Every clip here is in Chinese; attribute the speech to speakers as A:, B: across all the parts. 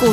A: 股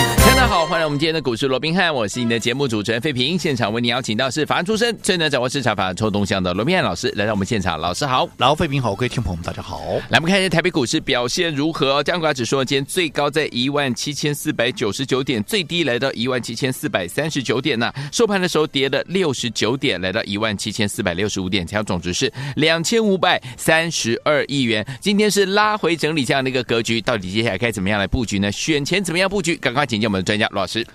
B: 大家好，欢迎来我们今天的股市罗宾汉，我是你的节目主持人费平。现场为你邀请到是法案出身、最能掌握市场法案臭动向的罗宾汉老师来到我们现场，老师好。
C: 老费平好，各位听众朋友们，大家好。
B: 来，我们看一下台北股市表现如何、哦。加权指数呢今天最高在一万七千四百九十九点，最低来到一万七千四百三十九点呢、收盘的时候跌了六十九点，来到一万七千四百六十五点，成交总值是两千五百三十二亿元。今天是拉回整理这样的一个格局，到底接下来该怎么样来布局呢？选前怎么样布局？赶快请教我们的专家罗老师。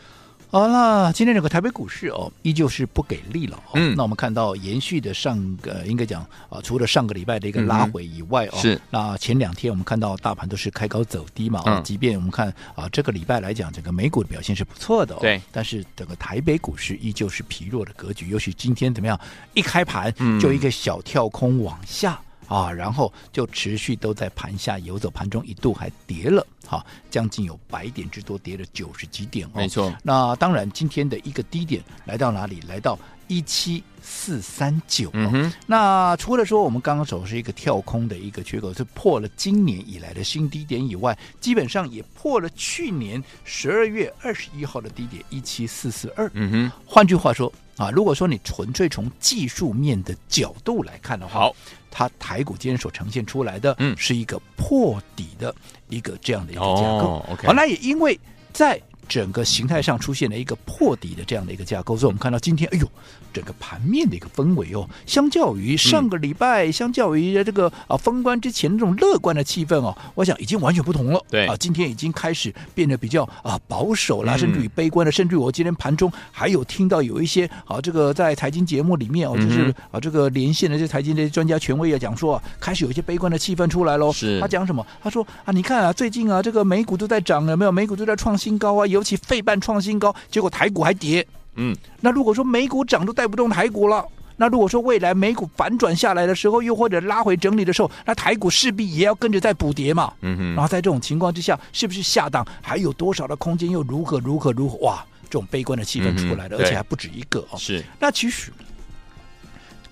C: 好了，今天整个台北股市哦，依旧是不给力了、哦。
B: 嗯
C: 那我们看到延续的上个，呃应该讲啊、除了上个礼拜的一个拉回以外哦，
B: 嗯是
C: 那前两天我们看到大盘都是开高走低嘛、哦，
B: 嗯
C: 即便我们看啊、这个礼拜来讲，整个美股的表现是不错的、哦，
B: 对，
C: 但是整个台北股市依旧是疲弱的格局，尤其今天怎么样，一开盘
B: 嗯
C: 就一个小跳空往下。啊，然后就持续都在盘下游走，盘中一度还跌了，哈、将近有百点之多，跌了九十几点哦。
B: 没错
C: 那当然，今天的一个低点来到哪里？来到一七四三九。
B: 嗯哼，
C: 那除了说我们刚刚走是一个跳空的一个缺口，是破了今年以来的新低点以外，基本上也破了去年十二月二十一号的低点一七四四二。
B: 嗯哼，
C: 换句话说啊，如果说你纯粹从技术面的角度来看的话，
B: 好，
C: 它台股今天所呈现出来的，
B: 嗯
C: 是一个破底的一个这样的一个架构。
B: 哦，OK，
C: 好，那也因为在整个形态上出现了一个破底的这样的一个架构，所以我们看到今天，哎呦，整个盘面的一个氛围哦，相较于上个礼拜，相较于这个啊封关之前这种乐观的气氛哦， 我想已经完全不同了。
B: 对
C: 啊，今天已经开始变得比较啊保守啦，
B: 嗯
C: 甚至于悲观了，甚至于哦我今天盘中还有听到有一些啊这个在财经节目里面哦，就
B: 嗯
C: 是
B: 哼
C: 啊这个连线的这财经的专家权威也讲说啊，开始有一些悲观的气氛出来喽。
B: 是
C: 他讲什么？他说啊，你看啊，最近啊，这个美股都在涨，有没有？美股都在创新高啊，尤其费半创新高，结果台股还跌。
B: 嗯，
C: 那如果说美股涨都带不动台股了。那如果说未来美股反转下来的时候，又或者拉回整理的时候，那台股势必也要跟着再补跌嘛。
B: 嗯哼
C: 然后在这种情况之下，是不是下档还有多少的空间？又如何如何如何？哇，这种悲观的气氛出来了，
B: 嗯哼
C: 而且
B: 对
C: 还不止一个哦。
B: 是，
C: 那其实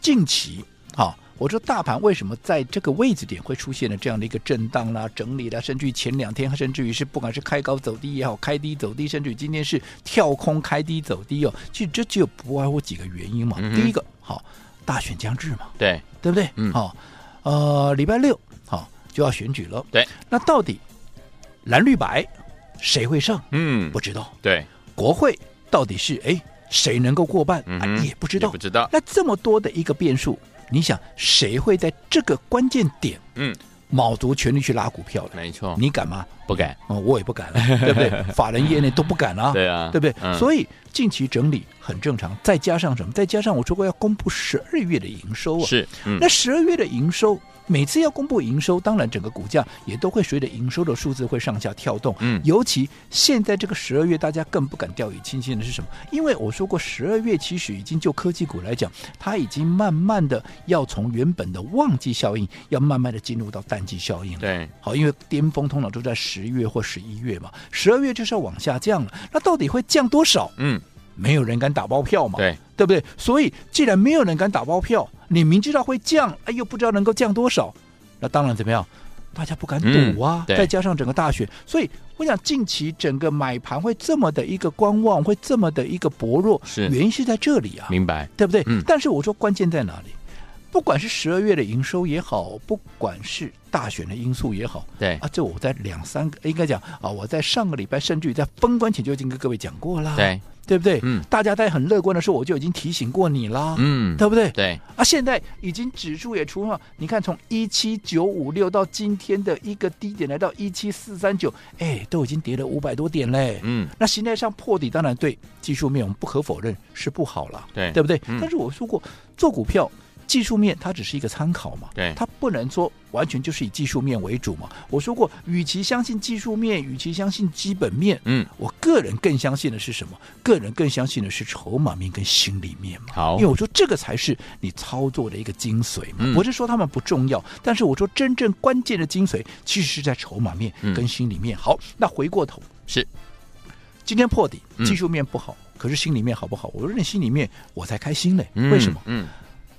C: 近期啊、我说大盘为什么在这个位置点会出现了这样的一个震荡啦、整理啦，甚至于前两天，甚至于是不管是开高走低也好，开低走低，甚至于今天是跳空开低走低哦，其实这就不外乎几个原因嘛。
B: 嗯哼
C: 第一个，好、大选将至嘛，
B: 对，
C: 对不对？
B: 嗯
C: 好、呃，礼拜六好、就要选举了。
B: 对，
C: 那到底蓝绿白谁会上？
B: 嗯
C: 不，知道。
B: 对，
C: 国会到底是哎谁能够过半、
B: 嗯
C: 啊
B: 哼，
C: 也不知道
B: 也不。知道，
C: 那这么多的一个变数，你想谁会在这个关键点
B: 嗯，
C: 卯足全力去拉股票呢？
B: 没错，
C: 你敢吗？
B: 不敢，
C: 哦，我也 不敢了，对不对？法人业内都不敢了，
B: 对啊
C: 对不对？
B: 嗯
C: 所以近期整理很正常，再加上什么？再加上我说过要公布十二月的营收啊，
B: 是，嗯
C: 那，十二月的营收，每次要公布营收，当然整个股价也都会随着营收的数字会上下跳动。
B: 嗯
C: 尤其现在这个十二月，大家更不敢掉以轻心的是什么？因为我说过，十二月其实已经就科技股来讲，它已经慢慢的要从原本的旺季效应，要慢慢的进入到淡季效应了。
B: 对，
C: 好，因为巅峰通常都在十月或十一月嘛，十二月就是要往下降了。那到底会降多少？
B: 嗯，
C: 没有人敢打包票嘛，
B: 对，
C: 对不对？所以既然没有人敢打包票，你明知道会降，哎，又不知道能够降多少，那当然怎么样？大家不敢赌
B: 嗯，
C: 啊
B: 对
C: 再加上整个大选，所以我想近期整个买盘会这么的一个观望，会这么的一个薄弱，
B: 是
C: 原因是在这里啊，
B: 明白，
C: 对不对？
B: 嗯
C: 但是我说关键在哪里？不管是十二月的营收也好，不管是大选的因素也好，
B: 对，
C: 啊，这我在两三个应该讲啊，我在上个礼拜甚至于在封关前就已经跟各位讲过啦，
B: 对，
C: 对不对？
B: 嗯
C: 大家在很乐观的时候，我就已经提醒过你啦，
B: 嗯，
C: 对不对？
B: 对，
C: 啊，现在已经指数也出了，你看从一七九五六到今天的一个低点来到一七四三九，哎，都已经跌了五百多点嘞。
B: 嗯，
C: 那形态上破底，当然对技术面我们不可否认是不好了，
B: 对
C: 对不对？
B: 嗯
C: 但是我说过，做股票技术面它只是一个参考嘛，
B: 对
C: 它不能说完全就是以技术面为主嘛。我说过，与其相信技术面，与其相信基本面，
B: 嗯，
C: 我个人更相信的是什么？个人更相信的是筹码面跟心里面嘛。
B: 好
C: 因为我说这个才是你操作的一个精髓嘛，
B: 嗯
C: 不是说他们不重要，但是我说真正关键的精髓其实是在筹码面
B: 嗯
C: 跟心里面。好，那回过头
B: 是
C: 今天破底，
B: 嗯
C: 技术面不好，可是心里面好不好？我认心里面我才开心嘞，
B: 嗯
C: 为什么？
B: 嗯，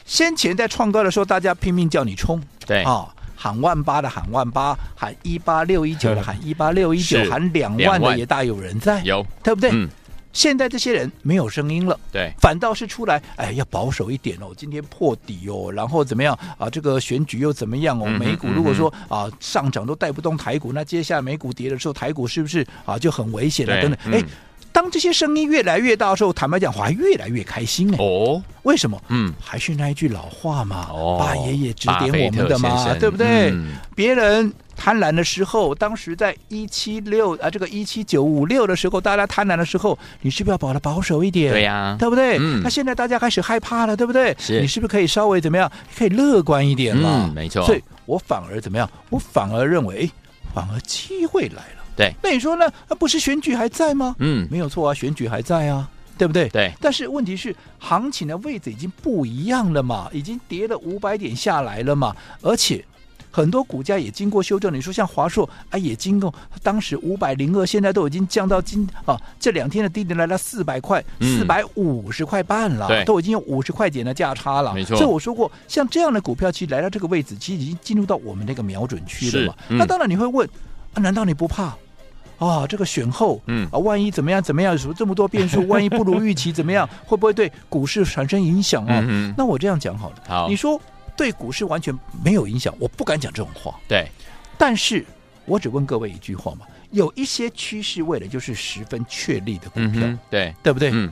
C: 先前在创高的时候，大家拼命叫你冲，
B: 对
C: 啊、喊万八的喊万八，喊一八六一 九的喊一八六一九
B: 是，
C: 喊两
B: 两
C: 万
B: 万
C: 的也大有人在，
B: 有
C: 对哎不对？
B: 嗯
C: 现在这些人没有声音了。
B: 对，
C: 反倒是出来，哎，要保守一点哦。今天破底哦，然后怎么样啊？这个选举又怎么样哦？
B: 嗯哼
C: 美股如果说啊上涨都带不动台股，那接下来美股跌的时候，台股是不是啊就很危险了？
B: 对
C: 等等，哎、
B: 嗯
C: 当这些声音越来越大的时候，坦白讲，我还越来越开心哎。
B: 哦，
C: 为什么？
B: 嗯，
C: 还是那一句老话嘛，
B: 哦
C: 爸爷爷指
B: 巴菲
C: 点我们
B: 特
C: 的
B: 先
C: 嘛，
B: 生
C: 对不对？
B: 嗯
C: 别人贪婪的时候，当时在一七六啊，这个一七九五六的时候，大家贪婪的时候，你是不是要保的保守一点？
B: 对呀，
C: 对不对？
B: 嗯
C: 那现在大家开始害怕了，对不对？
B: 是
C: 你是不是可以稍微怎么样？可以乐观一点了？
B: 嗯没错
C: 所以我反而怎么样？我反而认为，反而机会来了。
B: 对，
C: 那你说呢？啊，不是选举还在吗？
B: 嗯，
C: 没有错啊，选举还在啊，对不对？
B: 对，
C: 但是问题是，行情的位置已经不一样了嘛，已经跌了五百点下来了嘛，而且。很多股价也经过修正，你说像华硕啊，也经过当时五百零二，现在都已经降到今啊这两天的低点来到四百块，
B: 嗯
C: 四百五十块半了，
B: 对
C: 都已经有五十块钱的价差了。
B: 没错
C: 所以我说过，像这样的股票，其实来到这个位置，其实已经进入到我们那个瞄准区了嘛。
B: 是嗯
C: 那当然你会问，啊，难道你不怕？啊，这个选后，
B: 嗯
C: 啊，万一怎么样怎么样，什么这么多变 数，万一不如预期怎么样，会不会对股市产生影响哦？
B: 嗯哼
C: 那我这样讲好了，
B: 好
C: 你，说对股市完全没有影响，我不敢讲这种话，
B: 对，
C: 但是我只问各位一句话嘛，有一些趋势未来就是十分确立的股
B: 嗯
C: 票，
B: 哼，对，
C: 对不对？
B: 嗯，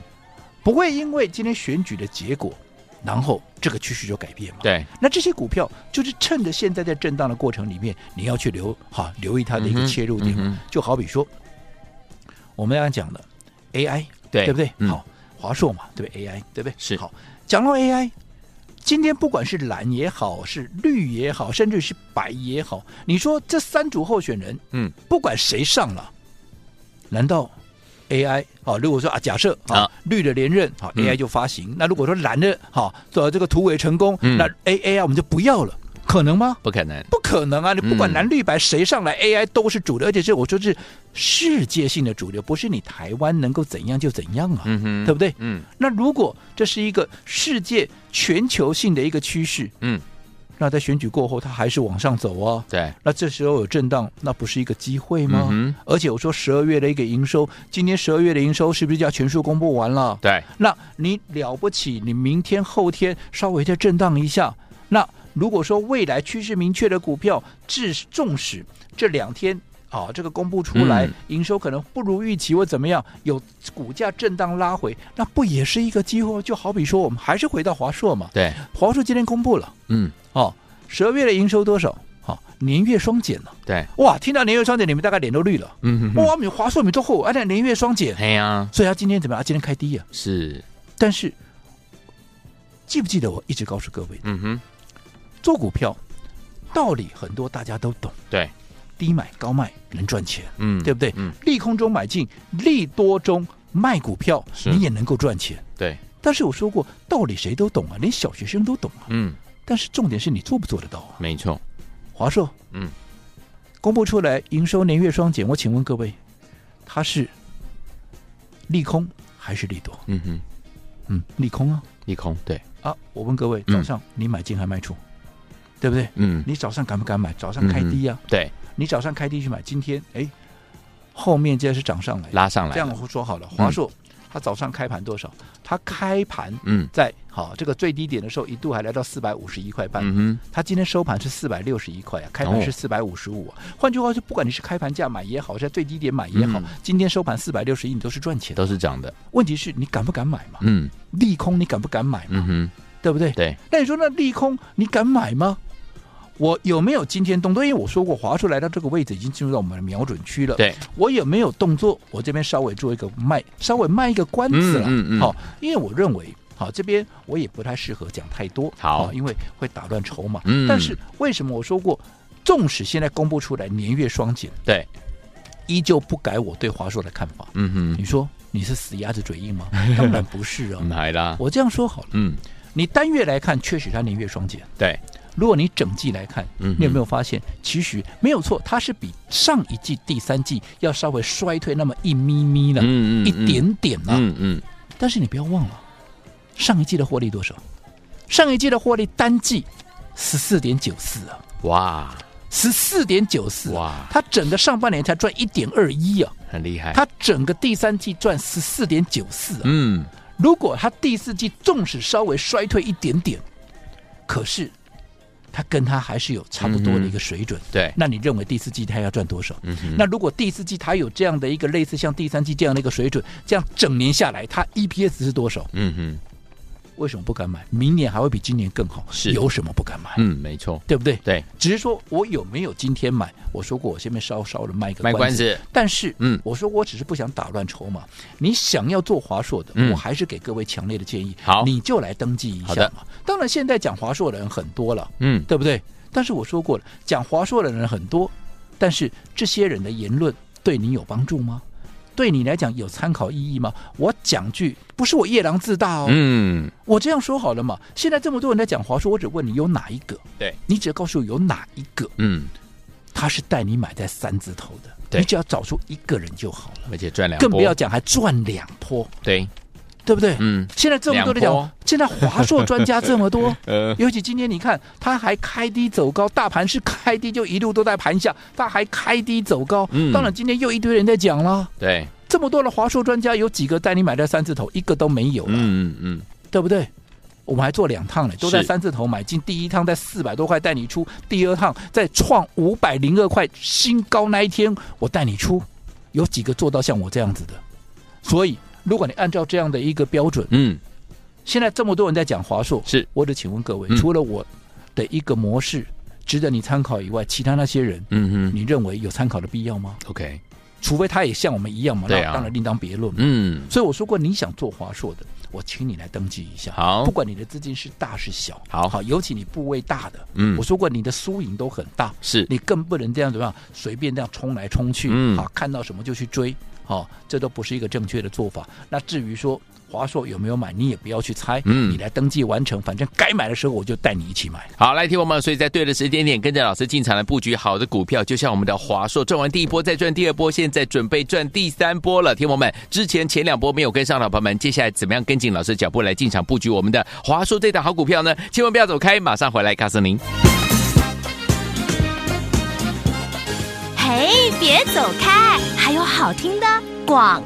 C: 不会因为今天选举的结果，然后这个趋势就改变嘛？
B: 对，
C: 那这些股票就是趁着现在在震荡的过程里面，你要去留哈留意它的
B: 嗯
C: 一个
B: 哼
C: 切入点嘛。
B: 嗯哼
C: 就好比说，我们刚刚讲的 AI，
B: 对
C: 不对？
B: 嗯
C: 好，华硕嘛，对不对？AI 对不对？
B: 是
C: 好，讲到 AI。今天不管是蓝也好，是绿也好，甚至是白也好，你说这三组候选人，
B: 嗯，
C: 不管谁上了，难道 AI 好、如果说啊，假设啊
B: 啊
C: 绿的连任好、
B: 嗯
C: a i 就发行。那如果说蓝的好做、这个突围成功，
B: 嗯
C: 那 A A I 我们就不要了，可能吗？
B: 不可能，
C: 不可能啊！你不管
B: 嗯
C: 蓝绿白谁上来，AI 都是主流，而且是我说是世界性的主流，不是你台湾能够怎样就怎样啊，
B: 嗯哼，
C: 对不对？
B: 嗯
C: 那如果这是一个世界全球性的一个趋势，
B: 嗯，
C: 那在选举过后它还是往上走啊，
B: 对，
C: 那这时候有震荡，那不是一个机会吗？
B: 嗯哼，
C: 而且我说十二月的一个营收，今年十二月的营收是不是就要全数公布完了？
B: 对，
C: 那你了不起，你明天后天稍微再震荡一下。那如果说未来趋势明确的股票，至纵使这两天啊这个公布出来，
B: 嗯
C: 营收可能不如预期或怎么样，有股价震荡拉回，那不也是一个机会吗？就好比说我们还是回到华硕嘛，
B: 对，
C: 华硕今天公布了
B: 嗯，
C: 哦，十二月的营收多少？好、年月双减了，
B: 对，
C: 哇！听到年月双减，你们大概脸都绿了。
B: 嗯哼哼，
C: 哇，你华硕你都后，而且年月双减，
B: 嘿呀，
C: 所以它今天怎么样？它今天开低啊呀、
B: 是，
C: 但是记不记得我一直告诉各位，
B: 嗯哼，
C: 做股票道理很多，大家都懂，
B: 对，
C: 低买高卖能赚钱，
B: 嗯，
C: 对不对？
B: 嗯，
C: 利空中买进，利多中卖股票，
B: 是
C: 你也能够赚钱。
B: 对，
C: 但是我说过，道理谁都懂啊，连小学生都懂啊。
B: 嗯，
C: 但是重点是你做不做得到啊？
B: 没错，
C: 华硕，
B: 嗯，
C: 公布出来营收年月双减，我请问各位，它是利空还是利多？
B: 嗯哼，
C: 嗯，利空啊。
B: 利空，对，
C: 啊，我问各位，
B: 嗯
C: 早上你买进还卖出，对不对？
B: 嗯，
C: 你早上敢不敢买？早上开低啊呀、
B: 对，
C: 你早上开低去买，今天哎，后面这是涨上来，
B: 拉上来
C: 这
B: 了，
C: 样我说好了，华硕、它早上开盘多少？它开盘
B: 嗯
C: 在好这个最低点的时候，一度还来到四百五十一块半。
B: 嗯
C: 它今天收盘是四百六十一块啊，开
B: 哦
C: 盘是四百五十五啊。换句话说，不管你是开盘价买也好，在最低点买也好，
B: 嗯
C: 今天收盘四百六十一，你都是赚
B: 哼，
C: 钱的。
B: 都是涨的，
C: 问题是你敢不敢买嘛？
B: 嗯
C: 利空你敢不敢买嘛？
B: 嗯哼，
C: 对不对？
B: 对，
C: 那你说那利空你敢买吗？我有没有今天动作？因为我说过，华硕来到这个位置已经进入到我们的瞄准区了。
B: 对，
C: 我有没有动作？我这边稍微做一个卖，稍微卖一个关子了。
B: 嗯嗯嗯
C: 好、因为我认为好，这边我也不太适合讲太多，
B: 好
C: 因为会打乱筹码。
B: 嗯
C: 但是为什么我说过，纵使现在公布出来年月双减，
B: 对，
C: 依旧不改我对华硕的看法。
B: 嗯
C: 你
B: 哼，
C: 说你是死鸭子嘴 硬吗？当然不是哦。
B: 嗯来啦，
C: 我这样说好了，
B: 嗯，
C: 你单月来看，确实它年月双减。
B: 对，
C: 如果你整季来看，
B: 嗯哼
C: 你有没有发现，其实没有错，它是比上一季第三季要稍微衰退那么一咪咪的，
B: 嗯嗯嗯
C: 一点点啊。
B: 嗯嗯，
C: 但是你不要忘了，上一季的获利多少？上一季的获利单季十四点九四啊，
B: 哇，
C: 十四点九四啊
B: 哇
C: 它整个上半年才赚一点二一啊，
B: 很厉害，
C: 它整个第三季赚十四点九四啊。
B: 嗯，
C: 如果它第四季纵使稍微衰退一点点，可是它跟它还是有差不多的一个水准。
B: 对，
C: 那你认为第四季它要赚多少？
B: 嗯哼，
C: 那如果第四季它有这样的一个类似像第三季这样的一个水准，这样整年下来，E 它 EPS 是多少？
B: 嗯哼，
C: 为什么不敢买？明年还会比今年更好，
B: 是
C: 有什么不敢买？
B: 嗯，没错，
C: 对不对？
B: 对，
C: 只是说我有没有今天买？我说过，我前面稍稍的卖一个
B: 卖关
C: 子，
B: 子，
C: 但是，
B: 嗯
C: 我说我只是不想打乱筹码。你想要做华硕的，
B: 嗯
C: 我还是给各位强烈的建议，
B: 好
C: 你就来登记一
B: 好
C: 下
B: 的
C: 嘛。当然，现在讲华硕的人很多了，
B: 嗯，
C: 对不对？但是我说过了，讲华硕的人很多，但是这些人的言论对你有帮助吗？对你来讲有参考意义吗？我讲句，不是我夜郎自大哦，
B: 嗯，
C: 我这样说好了嘛，现在这么多人在讲华硕，我只问你有哪一个？
B: 对，
C: 你只要告诉我有哪一个，
B: 嗯，
C: 他是带你买在三字头的，
B: 对
C: 你只要找出一个人就好了，
B: 而且赚两波，
C: 更不要讲还赚两波，
B: 对，
C: 对不对？
B: 嗯，
C: 现在这么多人
B: 两波，
C: 讲，现在华硕专家这么多
B: 呃，
C: 尤其今天你看，它还开低走高，大盘是开低就一路都在盘下，它还开低走高。
B: 嗯
C: 当然今天又一堆人在讲了，
B: 对，
C: 这么多的华硕专家，有几个带你买在三字头？一个都没有了。
B: 嗯嗯嗯，
C: 对不对？我们还做两趟呢，都在
B: 是
C: 三字头买进，第一趟在四百多块带你出，第二趟在创五百零二块新高那一天我带你出，有几个做到像我这样子的？所以，如果你按照这样的一个标准，
B: 嗯，
C: 现在这么多人在讲华硕，
B: 是
C: 我只请问各位，
B: 嗯
C: 除了我的一个模式值得你参考以外，其他那些人，
B: 嗯哼
C: 你认为有参考的必要吗？
B: ，OK，
C: 除非他也像我们一样嘛，那
B: 对啊
C: 当然另当别论嘛。
B: 嗯，
C: 所以我说过，你想做华硕的，我请你来登记一下。
B: 好
C: 不管你的资金是大是小，
B: 好
C: 好，尤其你部位大的，
B: 嗯
C: 我说过你的输赢都很大，
B: 是，
C: 你更不能这样怎么样随便这样冲来冲去，
B: 嗯
C: 好，看到什么就去追，好、这都不是一个正确的做法。那至于说华硕有没有买，你也不要去猜，
B: 嗯
C: 你来登记完成，反正该买的时候我就带你一起买。
B: 好，来听我们，所以在对的时间点跟着老师进场来布局好的股票，就像我们的华硕赚完第一波再赚第二波，现在准备赚第三波了。听我们，之前前两波没有跟上的朋友们，接下来怎么样跟紧老师脚步来进场布局我们的华硕这档好股票呢？千万不要走开，马上回来告诉您。
A: 嘿，别走开，还有好听的广。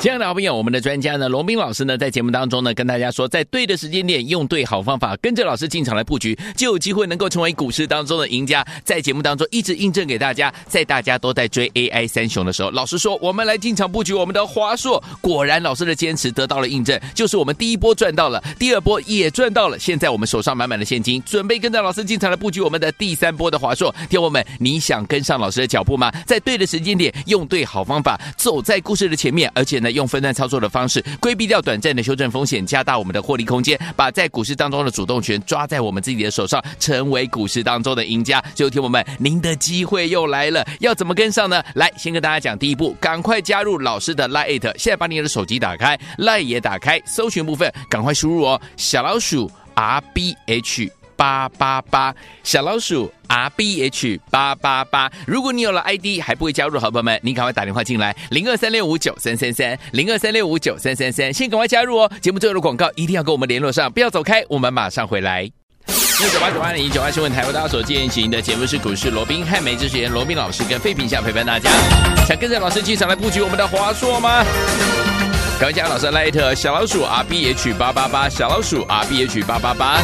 B: 亲爱的好朋友，我们的专家呢，龙斌老师呢，在节目当中呢，跟大家说，在对的时间点，用对好方法，跟着老师进场来布局，就有机会能够成为股市当中的赢家。在节目当中一直印证给大家，在大家都在追 AI 三雄的时候，老师说我们来进场布局我们的华硕，果然老师的坚持得到了印证，就是我们第一波赚到了，第二波也赚到了，现在我们手上满满的现金，准备跟着老师进场来布局我们的第三波的华硕。听我们，你想跟上老师的脚步吗？在对的时间点，用对好方法，走在故事的前面，而且呢，用分段操作的方式，规避掉短暂的修正风险，加大我们的获利空间，把在股市当中的主动权抓在我们自己的手上，成为股市当中的赢家。所以，听我们，您的机会又来了，要怎么跟上呢？来，先跟大家讲第一步，赶快加入老师的 Lite，现在把你的手机打开，Lite 也打开，搜寻部分赶快输入哦，小老鼠 R B H。八八八，小老鼠 R B H 八八八。如果你有了 ID 还不会加入的好朋友们，你赶快打电话进来，零二三六五九三三三，零二三六五九三三三，先赶快加入哦。节目最后的广告一定要跟我们联络上，不要走开，我们马上回来。六九八九八零一九八新闻台，为大家所进行的节目是股市罗宾汉梅主持人罗宾老师跟费平想陪伴大家。想跟着老师进场来布局我们的华硕吗？赶快加入老师的 Light 小老鼠 R B H 八八八，小老鼠 R B H 八八八。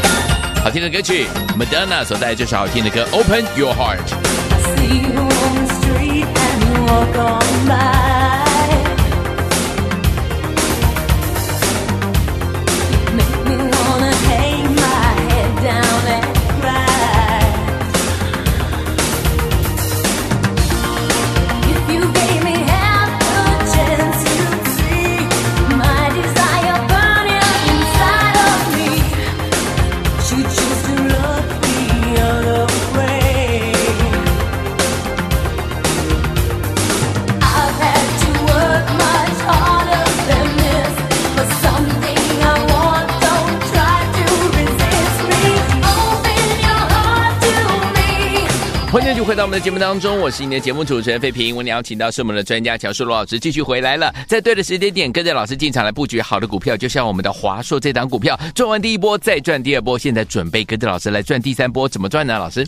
B: 好听的歌曲，Madonna 所带来这首好听的歌《Open Your Heart》。
D: See who on the street and walk on by. Make me wanna hang my head down and cry. If you gave me half a chance, you'd see my desire burning inside.
B: 回到我们的节目当中，我是你的节目主持人费平。我们邀请到是我们的专家乔树罗老师继续回来了，在对的时间点跟着老师进场来布局好的股票，就像我们的华硕这档股票，赚完第一波再赚第二波，现在准备跟着老师来赚第三波，怎么赚呢？老师，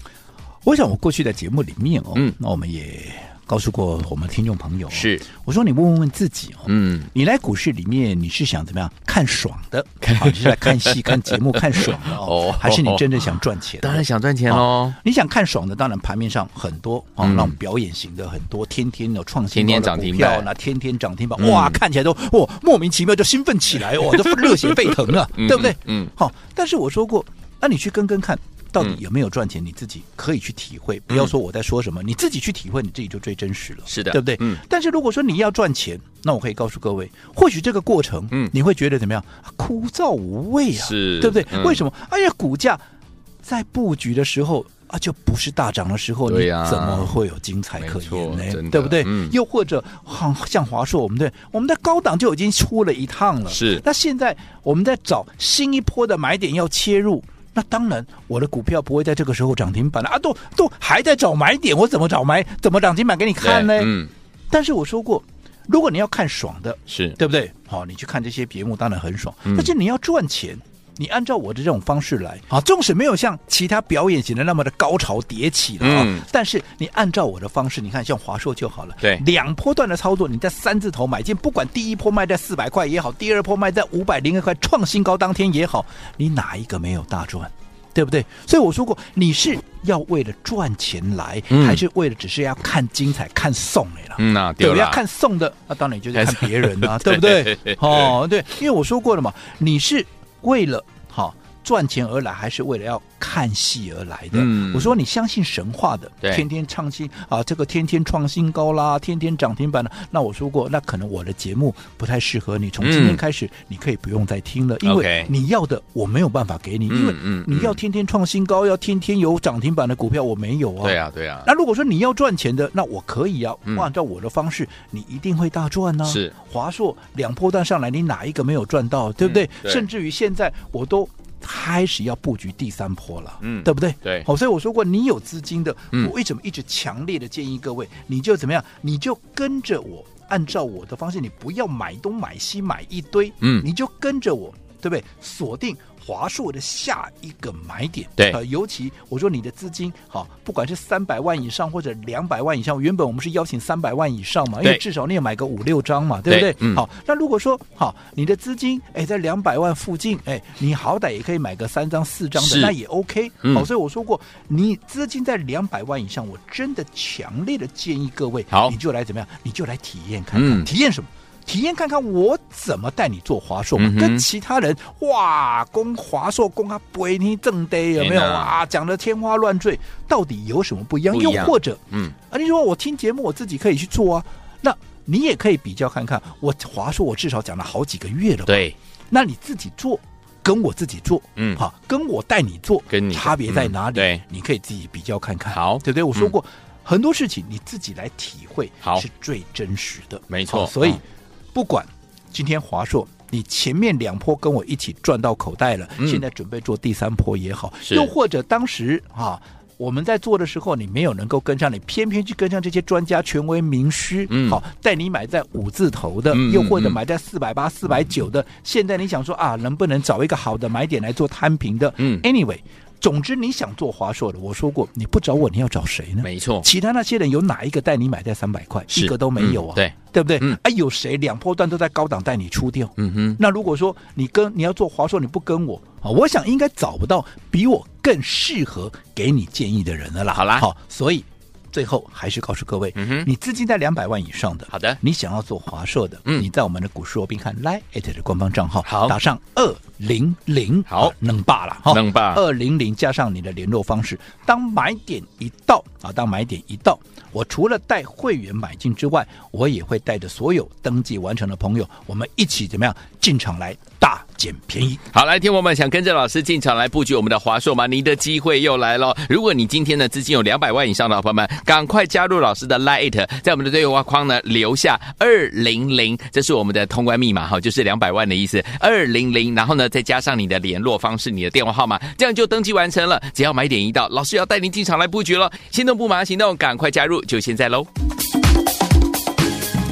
C: 我想我过去的节目里面哦，
B: 嗯
C: 那我们也告诉过我们听众朋友、，哦
B: 是，
C: 我说你问问自己哦，
B: 嗯，
C: 你来股市里面，你是想怎么样看爽的？ 好，你是来看 戏、看节目、看爽的哦
B: 哦，
C: 还是你真正想赚钱？
B: 当然想赚钱
C: 哦
B: 喽，，
C: 你想看爽的，当然盘面上很多啊，
B: 嗯
C: 那种表演型的很多，天天有创
B: 天
C: 新
B: 天
C: 高的
B: 涨停
C: 股票
B: 板
C: 那天天涨停板，
B: 嗯
C: 哇，看起来都哇莫名其妙就兴奋起来 哦，都热血沸腾了，
B: 嗯
C: 对不对？
B: 嗯嗯
C: 好，但是我说过，那你去跟跟看。到底有没有赚钱？你自己可以去体
B: 嗯
C: 会，不要说我在说什么，你自己去体会，你自己就最真实了，
B: 是的
C: 对不对？
B: 嗯
C: 但是如果说你要赚钱，那我可以告诉各位，或许这个过程，
B: 嗯
C: 你会觉得怎么样？啊枯燥无味啊，
B: 是
C: 对不对？
B: 嗯
C: 为什么？哎呀，股价在布局的时候啊，就不是大涨的时候，
B: 对呀
C: 你怎么会有精彩可言
B: 没错真的
C: 呢？对不对？
B: 嗯
C: 又或者好像华硕，我们对我们在高档就已经出了一趟了，
B: 是
C: 那现在我们在找新一波的买点要切入。那当然，我的股票不会在这个时候涨停板了啊，都都还在找买点，我怎么找买，怎么涨停板给你看呢？
B: 对嗯，
C: 但是我说过，如果你要看爽的，
B: 是，
C: 对不对？好、你去看这些节目当然很爽，
B: 嗯
C: 但是你要赚钱。你按照我的这种方式来啊，纵使没有像其他表演型的那么的高潮迭起了啊，
B: 嗯
C: 但是你按照我的方式，你看像华硕就好了。
B: 对
C: 两波段的操作，你在三字头买进，不管第一波卖在四百块也好，第二波卖在五百零二块创新高当天也好，你哪一个没有大赚？对不对？所以我说过，你是要为了赚钱来，
B: 嗯
C: 还是为了只是要看精彩、看送的啦？
B: 嗯那
C: 对
B: 丢
C: 不对，
B: 了
C: 要，看送的，那、当然你就 是
B: 还
C: 看
B: 是
C: 别人啊，
B: 对
C: 对不对？哦，对，因为我说过了嘛，你是为了好、赚钱而来，还是为了要看戏而来的？
B: 嗯
C: 我说你相信神话的
B: 对，
C: 天天创新啊，这个天天创新高啦，天天涨停板啦。那我说过，那可能我的节目不太适合你，从今
B: 嗯
C: 天开始你可以不用再听了，因
B: OK
C: 为你要的我没有办法给你，因为
B: 嗯嗯
C: 你要
B: 嗯
C: 天天创新高，要天天有涨停板的股票，我没有啊。
B: 对啊，对啊，
C: 那如果说你要赚钱的，那我可以啊，
B: 嗯
C: 我按照我的方式，你一定会大赚呢、啊
B: 是
C: 华硕两波段上来，你哪一个没有赚到，对不对？
B: 嗯对
C: 甚至于现在我都开始要布局第三波了，
B: 嗯
C: 对不对？
B: 对
C: 好、所以我说过，你有资金的，
B: 嗯
C: 我为什么一直强烈的建议各位，你就怎么样，你就跟着我，按照我的方式，你不要买东买西买一堆，
B: 嗯
C: 你就跟着我，对不对？锁定华硕的下一个买点，
B: 对
C: 呃尤其我说你的资金好，不管是三百万以上或者两百万以上，原本我们是邀请三百万以上嘛，因为
B: 对
C: 至少你也买个五六张嘛，对不
B: 对
C: 对？
B: 嗯
C: 好，那如果说好，你的资金哎在两百万附近，哎，你好歹也可以买个三张四张的，
B: 是
C: 那也 OK、
B: 嗯
C: 好，所以我说过，你资金在两百万以上，我真的强烈的建议各位，
B: 好
C: 你就来怎么样，你就来体验看看，
B: 嗯
C: 体验什么？体验看看我怎么带你做华硕嘛
B: 嗯，哼
C: 跟其他人哇，攻华硕攻啊，不你正得有没有
B: 天哪
C: 啊？讲的天花乱坠，到底有什么不一样？
B: 不一
C: 又
B: 样
C: 或者，
B: 嗯，
C: 啊，你说我听节目我自己可以去做啊，那你也可以比较看看，我华硕我至少讲了好几个月了吧，
B: 对，
C: 那你自己做。跟我自己做，
B: 嗯
C: 好，跟我带你做，
B: 跟你
C: 差别在哪
B: 嗯
C: 里？
B: 对
C: 你可以自己比较看看，
B: 好嗯
C: 对不对？我说过、很多事情，你自己来体会，
B: 好
C: 是最真实的，
B: 没错
C: 好所以、
B: 嗯
C: 不管今天华硕，你前面两波跟我一起赚到口袋了，
B: 嗯
C: 现在准备做第三波也好，
B: 是
C: 又或者当时啊。我们在做的时候，你没有能够跟上，你偏偏去跟上这些专家、权威、名师，
B: 嗯
C: 好带你买在五字头的，
B: 嗯
C: 又或者
B: 嗯嗯
C: 买。买在四百八、四百九的，现在你想说啊，能不能找一个好的买点来做摊平的？
B: 嗯
C: ，anyway，总之你想做华硕的，我说过，你不找我，你要找谁呢？
B: 没错，
C: 其他那些人有哪一个带你买在三百块？
B: 是
C: 一个都没有啊，
B: 嗯对
C: 对不对？
B: 嗯
C: 啊，有谁两波段都在高档带你出掉？
B: 嗯哼，
C: 那如果说你跟你要做华硕，你不跟我啊，我想应该找不到比我更适合给你建议的人了啦。
B: 好啦
C: 好，所以最后还是告诉各位，
B: 嗯哼
C: 你资金在两百万以上的，
B: 好的
C: 你想要做华硕的，
B: 嗯
C: 你在我们的股市罗宾汉 Line 的官方账号，
B: 好
C: 打上二零零，
B: 好
C: 啊能霸了哈，
B: 能霸
C: 二零零加上你的联络方式，当买点一到啊，当买点一到，我除了带会员买进之外，我也会带着所有登记完成的朋友，我们一起怎么样进场来大捡便宜。
B: 好，来，听众朋友们想跟着老师进场来布局我们的华硕吗？您的机会又来了。如果你今天呢资金有两百万以上的好朋友们，赶快加入老师的 Lite，在我们的对话框呢留下二零零，这是我们的通关密码哈，就是两百万的意思。二零零，然后呢再加上你的联络方式、你的电话号码，这样就登记完成了。只要买点一到，老师要带您进场来布局了。心动不马上行动，赶快加入，就现在喽！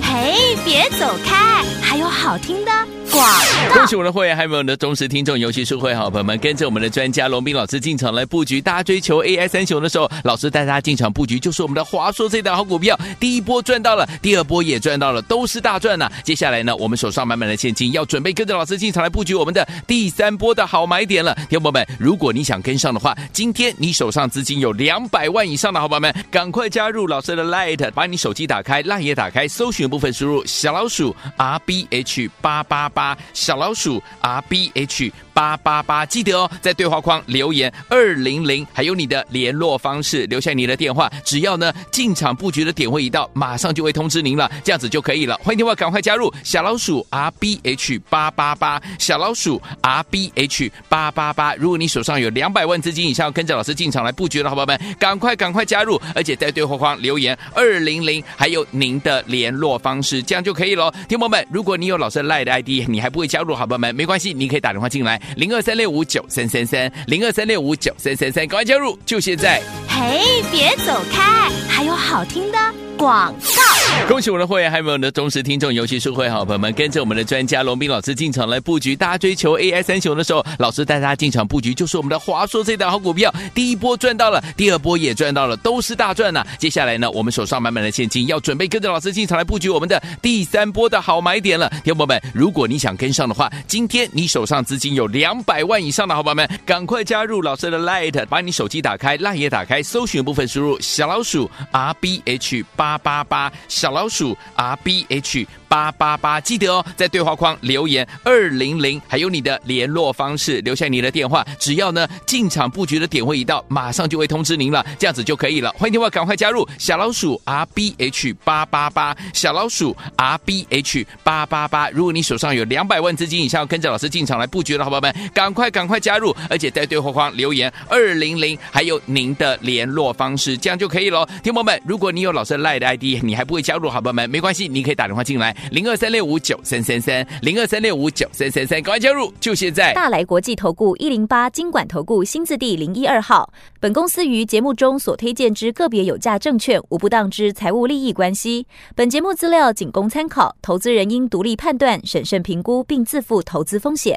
A: 嘿，别走开，还有好听的广告。
B: 恭喜我们的会员，还有我们的忠实听众，尤其是会员好朋友们，跟着我们的专家龙斌老师进场来布局。大家追求 AI 三雄的时候，老师带大家进场布局，就是我们的华硕这档好股票。第一波赚到了，第二波也赚到了，都是大赚呐、接下来呢，我们手上满满的现金，要准备跟着老师进场来布局我们的第三波的好买点了。听众朋友们，如果你想跟上的话，今天你手上资金有两百万以上的好朋友们，赶快加入老师的 Light，把你手机打开，Light 也打开，搜寻部分输入小老鼠 R B H 八八八，小老鼠 R B H 八八八，记得哦，在对话框留言二零零，还有你的联络方式，留下你的电话，只要呢进场布局的点位一到，马上就会通知您了，这样子就可以了。欢迎电话赶快加入小老鼠 R B H 八八八，小老鼠 R B H 八八八。如果你手上有两百万资金以上，跟着老师进场来布局的好朋友们，赶快赶快加入，而且在对话框留言二零零，还有您的联络方式，这样就可以了。听众朋友们，如果你有老师的 Line 的 ID，你还不会加入，好朋友们没关系，你可以打电话进来零二三六五九三三三零二三六五九三三三，赶快加入，就现在。
A: 嘿，别走开，还有好听的广告。
B: 恭喜我们的会员，还有我们的忠实听众，尤其是会员好朋友们，跟着我们的专家龙斌老师进场来布局。大家追求 AI 三雄的时候，老师带大家进场布局，就是我们的华硕这档好股票，第一波赚到了，第二波也赚到了，都是大赚呐、接下来呢，我们手上满满的现金，要准备跟着老师进场来布局我们的第三波的好买点了。听众朋友们，如果你想跟上的话，今天你手上资金有两百万以上的好朋友们，赶快加入老师的 Light，把你手机打开，Light 也打开，搜寻部分输入小老鼠 R B H 八八八，小老鼠 R B H 八八八，记得哦，在对话框留言二零零，还有你的联络方式，留下你的电话，只要呢进场布局的点位一到，马上就会通知您了，这样子就可以了。欢迎电话赶快加入小老鼠 R B H 八八八，小老鼠 R B H 八八八。如果你手上有两百万资金以上，跟着老师进场来布局的好朋友们，赶快赶快加入，而且在对话框留言二零零，还有您的联络方式，这样就可以喽。听众朋友们，如果你有老师赖的 ID，你还不会加入，好朋友们没关系，你可以打电话进来零二三六五九三三三零二三六五九三三三，赶快加入，就现在。
E: 大来国际投顾一零八金管投顾新字第零一二号。本公司于节目中所推荐之个别有价证券，无不当之财务利益关系。本节目资料仅供参考，投资人应独立判断、审慎评估，并自负投资风险。